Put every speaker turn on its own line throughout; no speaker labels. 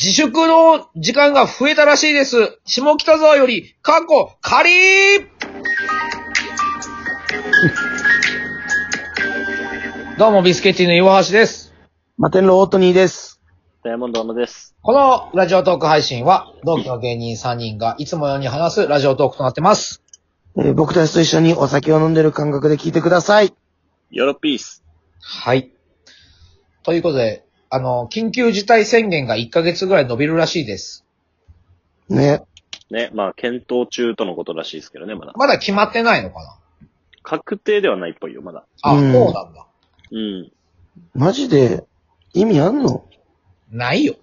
自粛の時間が増えたらしいです。下北沢より、過去、仮 どうも、ビスケッティの岩橋です。
マテンロートニーです。
ダイヤモンド小野です。
このラジオトーク配信は、同期の芸人3人がいつもように話すラジオトークとなってます。
えー僕たちと一緒にお酒を飲んでる感覚で聞いてください。
ヨロピース。
はい。ということで、あの、緊急事態宣言が1ヶ月ぐらい伸びるらしいです。
ね。
ね、まあ、検討中とのことらしいですけどね、まだ。
まだ決まってないのかな
確定ではないっぽいよ、まだ。
あ、
うん
そうなんだ。
うん。
マジで、意味あんの
ないよ。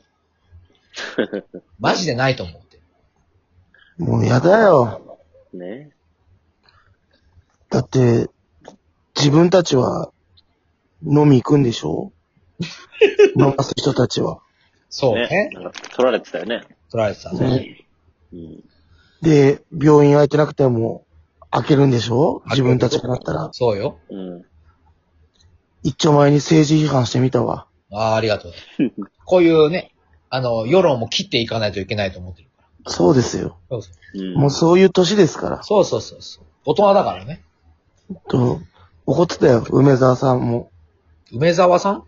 マジでないと思って。
もうやだよ。
ね。
だって、自分たちは、飲み行くんでしょ 飲ます人たちは。
そう
ね
ね。。
なんか取られてたよね。
取られてたね。
ね
うん。
で、病院空いてなくても、開けるんでしょ自分たちがなったら。
そうよ。
うん。
一丁前に政治批判してみたわ。
ああ、ありがとう。こういうね、あの、世論も切っていかないといけないと思ってるか
そうですよ。
ら。そうそ
うん。
もうそういう年ですから。
うそうそうそう。大人だからね。
と、怒ってたよ、梅沢さんも。
梅沢さん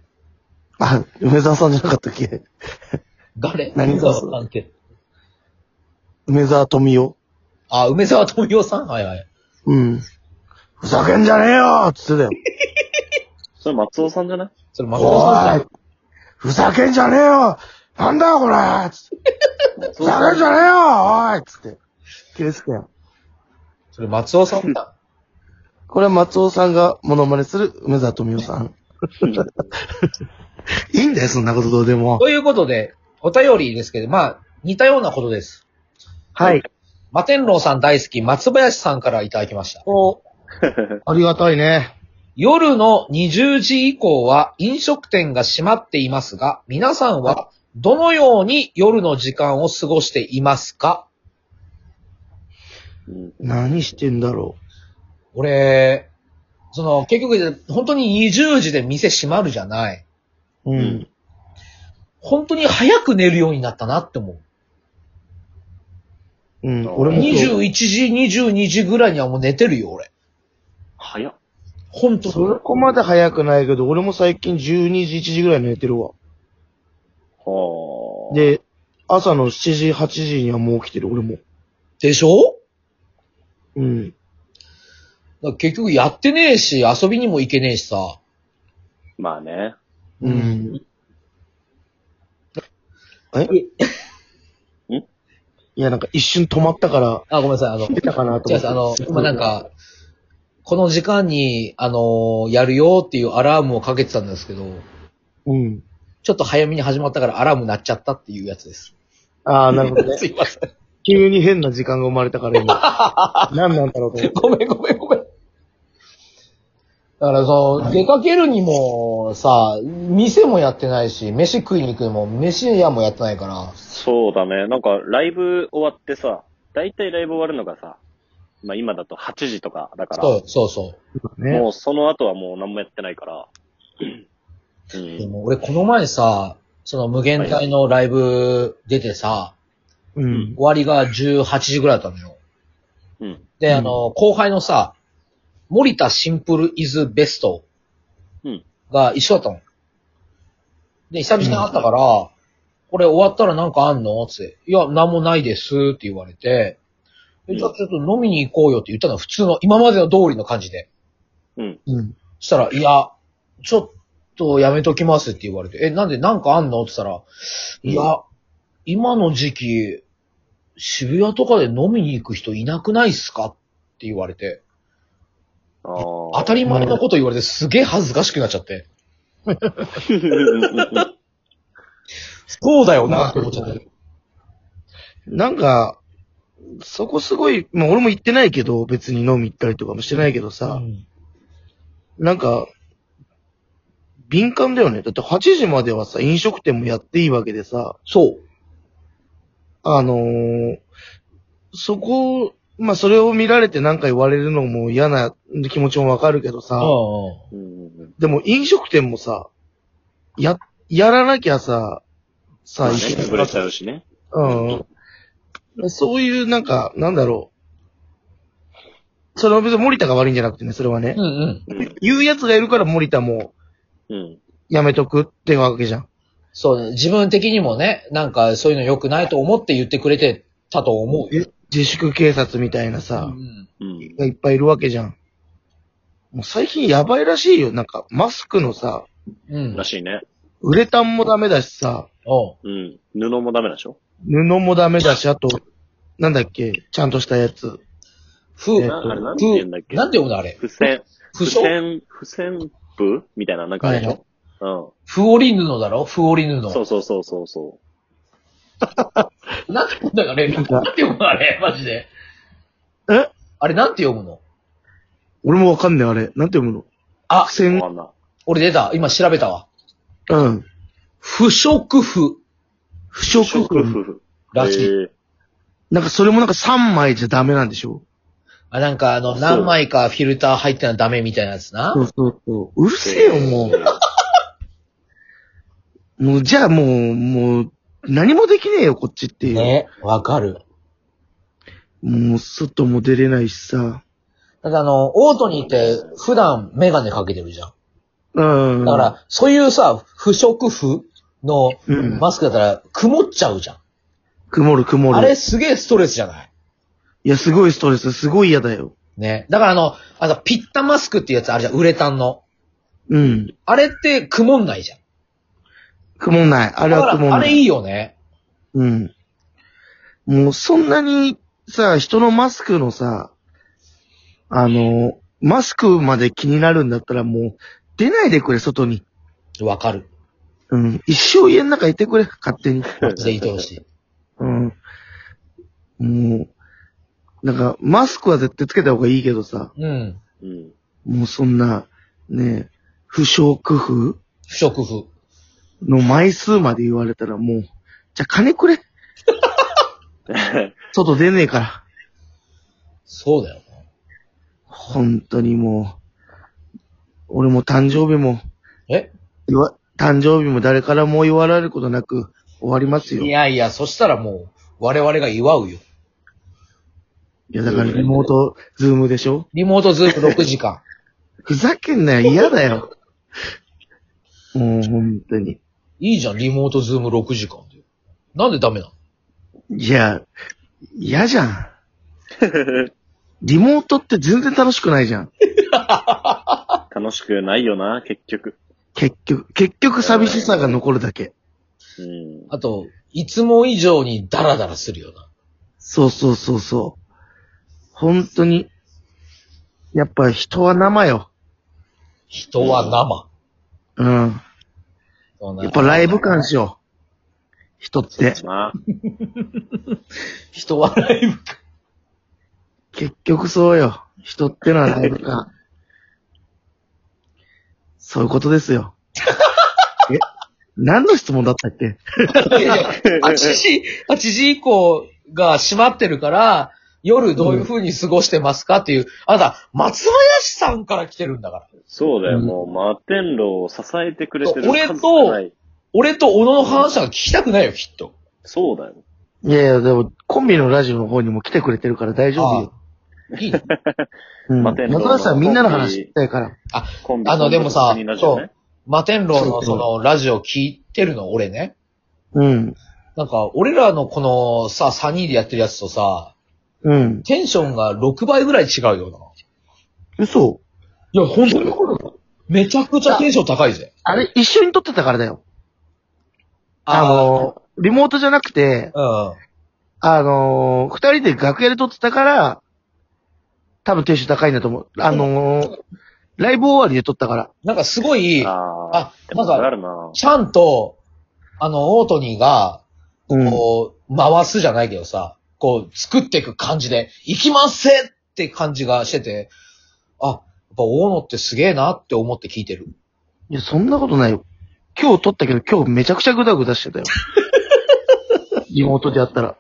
あ、梅沢さんじゃなかったっけ
誰
何
梅
そう
沢
そう
さんって。
梅沢富美男。
あ、梅沢富美男さんはいはい。
うん。ふざけんじゃねえよーっつってたよ。
それ松尾さんじゃない
それ、松本
お
さん
ーいふざけんじゃねえよなんだよこれーつって
松
ふ
尾
ざ
さ
けん
ん
じゃねえよーおいつって。切れてたよ。
それ、松尾さんだ。
これは松尾さんがモノマネする梅沢富美男さ ん。いいんだよ、そんなことどうでも。
ということで、お便りですけど、まあ、似たようなことです。
はい。
摩天楼さん大好き、松林さんからいただきました。
お、ありがたいね。
夜の20時以降は飲食店が閉まっていますが、皆さんはどのように夜の時間を過ごしていますか
うん。
何してんだろ
俺、その、結局、本当に20時で店閉まるじゃない。
う。うんん。
本当に早く寝るようになったなって思う。
うん、俺もそう。
21時、22時ぐらいにはもう寝てるよ、俺。
早っ。
本当
そこまで早くないけど、俺も最近12時、1時ぐらいに寝てるわ。
はあ。、
で、朝の7時、8時にはもう起きてる、俺も。
でしょ
うん。
だから結局やってねえし、遊びにも行けねえしさ。
まあね。
うん。え
ん
いや、なんか一瞬止まったから、
あ、ごめんなさい、あの
出、たかなと
じゃ
思っ
あ、
て。
あの、今なんか、この時間に、あのーやるよっていうアラームをかけてたんですけど、
うん。
ちょっと早めに始まったからアラーム鳴っちゃったっていうやつです。
ああ、なる ほどね。
すいません。
急に変な時間が生まれたから今。 何なんだろうと思って。
ごめんごめんごめん。だからその、出かけるにもさ、店もやってないし、飯食いに行くにも、飯屋もやってないから、
そうだね。なんか、ライブ終わってさ、だいたいライブ終わるのがさ、まあ今だと8時とかだから、
そうそうそ
ね。
もうその後はもう何もやってな いから。う
う。で
ん。
も俺この前さ、その無限大のライブ出てさ、
うん。
終わりが18時ぐらいだったのよ。
うん。
で、
うん
あの、後輩のさ、森田シンプルイズベスト
うん
が一緒だったの。で、久々に会ったから、これ終わったらなんかあんのって。いや、なんもないですって言われて、
う
で
ん
じゃあちょっと飲みに行こうよって言ったの普通の、今までの通りの感じで。
うん。
うん。
そしたら、いや、ちょっとやめときますって言われて、え、なんでなんかあんのって言ったら、いや、今の時期、渋谷とかで飲みに行く人いなくないっすかって言われて、
ああ。
当たり前のこと言われてすげえ恥ずかしくなっちゃって。そうだよなって思っちゃって。
なんか、そこすごい、まあ俺も行ってないけど、別に飲み行ったりとかもしてないけどさ、なんか、敏感だよね。だって8時まではさ、飲食店もやっていいわけでさ、
そう。
あのーそこを、まあ、それを見られて何か言われるのも嫌な気持ちもわかるけどさ、
う
うん
でも飲食店もさ、や、やらなきゃさ、さ、
ね、
一緒に
潰れちゃうしね。
うん。そういう、なんか、なんだろう。それは別に森田が悪いんじゃなくてね、それはね
う。んうん。
うん。
言う奴がいるから森田も
うん。
やめとくってわけじゃん。
そうね。自分的にもね、なんかそういうの良くないと思って言ってくれてたと思うよ。
自粛警察みたいな
う
さ、
ん
うん。
がいっぱいいるわけじゃん。もう最近やばいらしいよ。なんか、マスクのさ、
うん。うん
ら。しいね。
ウレタンもダメだしさ、
おう
うん。布もダメでしょ
布もダメだし、あと、なんだっけ、ちゃんとしたやつ。
ふ、
えっ
な
と
あれなんて言うんだっ
ふ、
け
なんて読むのあれ。
不戦、
不
不
祥
戦、不戦部みたいな、なんかあるでし
はい
ょ
ふおり布だろふおり布。
うん。そうそうそうそうそう。
なんて読むんだかね、なんて読むのあれ、マジで。
え
あれ、なんて読むの
俺もわかんねえ、あれ。なんて読むの
あ
苦、戦
わかんな
俺出た。今調べたわ。
うん。
不織布
不
い。
織
食
布。
夫
らしい。
い。
なんかそれもなんか3枚じゃダメなんでしょ
あ、なんかあの、
そう
何枚かフィルター入ってなダメみたいなやつな。
そうそうそう。うるせえよ、もう。もう、じゃあもう、もう、何もできねえよ、こっちっていう。
ね、わかる。
もう、外も出れないしさ。
だってあの、オートにって普段メガネかけてるじゃ
うん。
ん。だか、ら、そういうさ、不織布の
うん
マスクだったら曇っちゃうじゃん。
曇る曇る。
あれすげえストレスじゃない
いや、すごいストレス、すごい嫌だよ。
ね。だからあの、あの、ピッタマスクっていうやつあるじゃん、ウレタンの。
うん。
あれって曇んないじゃん。
曇んない。あれ
だ
は
か
曇ん
ら、あ
な
れ
い。
いいよね。
うん。もう、そんなに、さ、人のマスクのさ、あの、マスクまで気になるんだったらもう、出ないでくれ、外に。
わかる。
うん。一生家の中いてくれ、勝手に。
マジでいてほしい。
うん。もう、なんか、マスクは絶対つけた方がいいけどさ、
うん。
うん。
もうそんな、ね、不織布
不織布。
の枚数まで言われたらもう、じゃあ金くれ外出ねえから。
そうだよ。
本当にもう、俺も誕生日も、
え
言わ誕生日も誰からも言われることなく終わりますよ。
い
いや、
やいや、そしたらもう、我々が祝うよ。
だからリモート、ズームでしょ
リモートズーム6時 間。
ふざけんなよ、嫌だよ。もう本当に。
いいじゃん、リモートズーム6時間で。なんでダメなの
いや、嫌じゃん。リモートって全然楽しくないじゃん。
楽しくないよな、結局。
結局、結局寂しさが残るだけ。
うん。
あと、いつも以上にダラダラするよな。
そうそうそうそう。本当に。やっぱ人は生よ。
人は生。
うん。
そうね
やっぱライブ感しよう。人って。
まあ、
人はライブ感。
結局そうよ。人ってのはライブ感。そういうことです よ。え何の質問だったっけ
いやいや、8時、8時以降が閉まってるから、夜どういう風に過ごしてますかっていう、あなた、松林さんから来てるんだから。
そうだよ、
うん
もう、摩天楼を支えてくれてる
俺と
数がない。
俺と小野の話は聞きたくないよ、きっと。
そうだよ。
いやいや、でも、コンビのラジオの方にも来てくれてるから大丈夫よ。
いいね
うん。
待てん
松
の
田さんみんなの話聞きたいから。
コンビ
あのでもさ
コンビの人にラジ
摩天楼のその、ラジオ聞いてるの、俺ね。
うん。
なんか、俺らのこのさ、3人でやってるやつとさ、
うん。
テンションが6倍ぐらい違うよ
嘘
な。いや、本当に。めちゃくちゃテンション高いぜ。
あれ、一緒に撮ってたからだよ。あの、リモートじゃなくて、
あ
あの、二人で楽屋で撮ってたから、多分テンション高いんだと思う。あの、ライブ終わりで撮ったから。
うん。なんかすご
オ
い、
ね
ち
ああ
あ、
でも
なんか
あるな。
ゃんと、あの、オートニーが、
うん。
こう、回すじゃないけどさ、こう、作っていく感じで、行きますせって感じがしてて、あ、やっぱ大野ってすげえなって思って聞いてる。
いや、そんなことないよ。今日撮ったけど、今日めちゃくちゃグダグダしてたよ。リモートでやったら。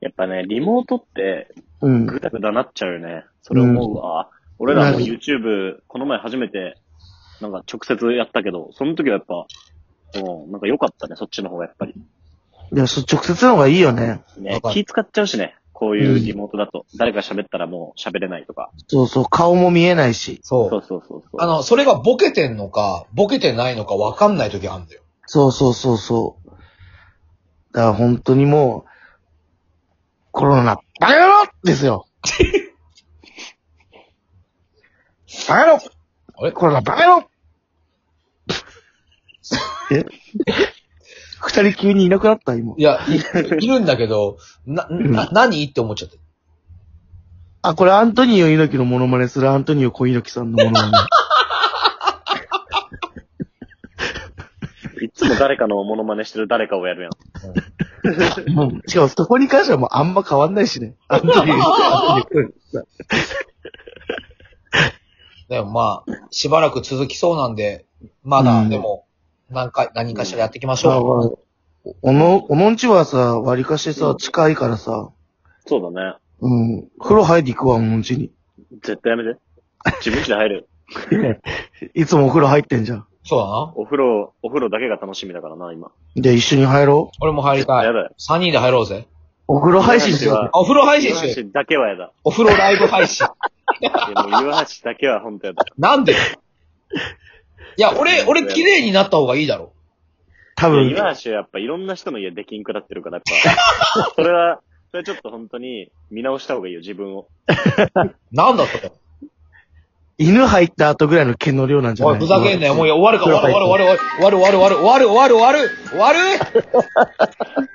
やっぱね、リモートって、
うん。
ぐだぐだなっちゃうよね。それ思うわ。俺らも
うん
YouTube、この前初めて、なんか直接やったけど、その時はやっぱ、うん、なんか良かったね、そっちの方がやっぱり。
いや、そ直接の方がいいよね。
ね
わか、る
気使っちゃうしね。こういうリモートだと、誰か喋ったらもう喋れないとか。
そうそう、顔も見えないし。
そう。
そうそうそうそう。
あの、それがボケてんのか、ボケてないのか分かんない時あるんだよ。
そうそうそうそう。だから本当にもう、コロナ、バカ野郎ですよ。バカ野郎
あれ
コロナ、バカ野郎 え二人急にいなくなった今。
いや、いいるんだけど、な、な、何って思っちゃって。
あ、これアントニオ猪木のモノマネするアントニオ小猪木さんのモノマネ。
いつも誰かのモノマネしてる誰かをやるやん。
も う、しかもそこに関してはもうあんま変わんないしね。アントニオ 猪木アントニオ猪木さん。
でもまあ、しばらく続きそうなんで、まだ、
うん
でも、何回、何かしらやっていきまし
まあ
ょう。
まあおの、おのんちはさ、割りかしさ、近いからさ、
そうだ
うん、風呂入り行くわ、おのんちに。
ね。絶対やめて。自分家で入る。
いつもお風呂入ってんじゃん。
そうだな。
お風呂、お風呂だけが楽しみだからな、今。
じゃあ一緒に入ろう。
俺も入りた
や
い。
だよ。
3人で入ろうぜ。
お風呂配信しよ
あお風呂配信
岩
しよう。
橋だけ はやだ。
お風呂ライブ配信。
いやもう岩橋だけは本当やだ。
なんでいや、俺、俺綺麗になった方がいいだろ。
う。多
い
分、
や岩橋はやっぱいろんな人の家できんくなってるから、やっぱ。それは、それはちょっと本当に見直した方がいいよ、自分を。
なんだそれ。
犬入った後ぐらいの毛の量なんじゃ
お
ない
い、ふざけんなよ。もう終わるから終わる終わる終わる終わる終わる終わる終わる終わる終わる終わる終わる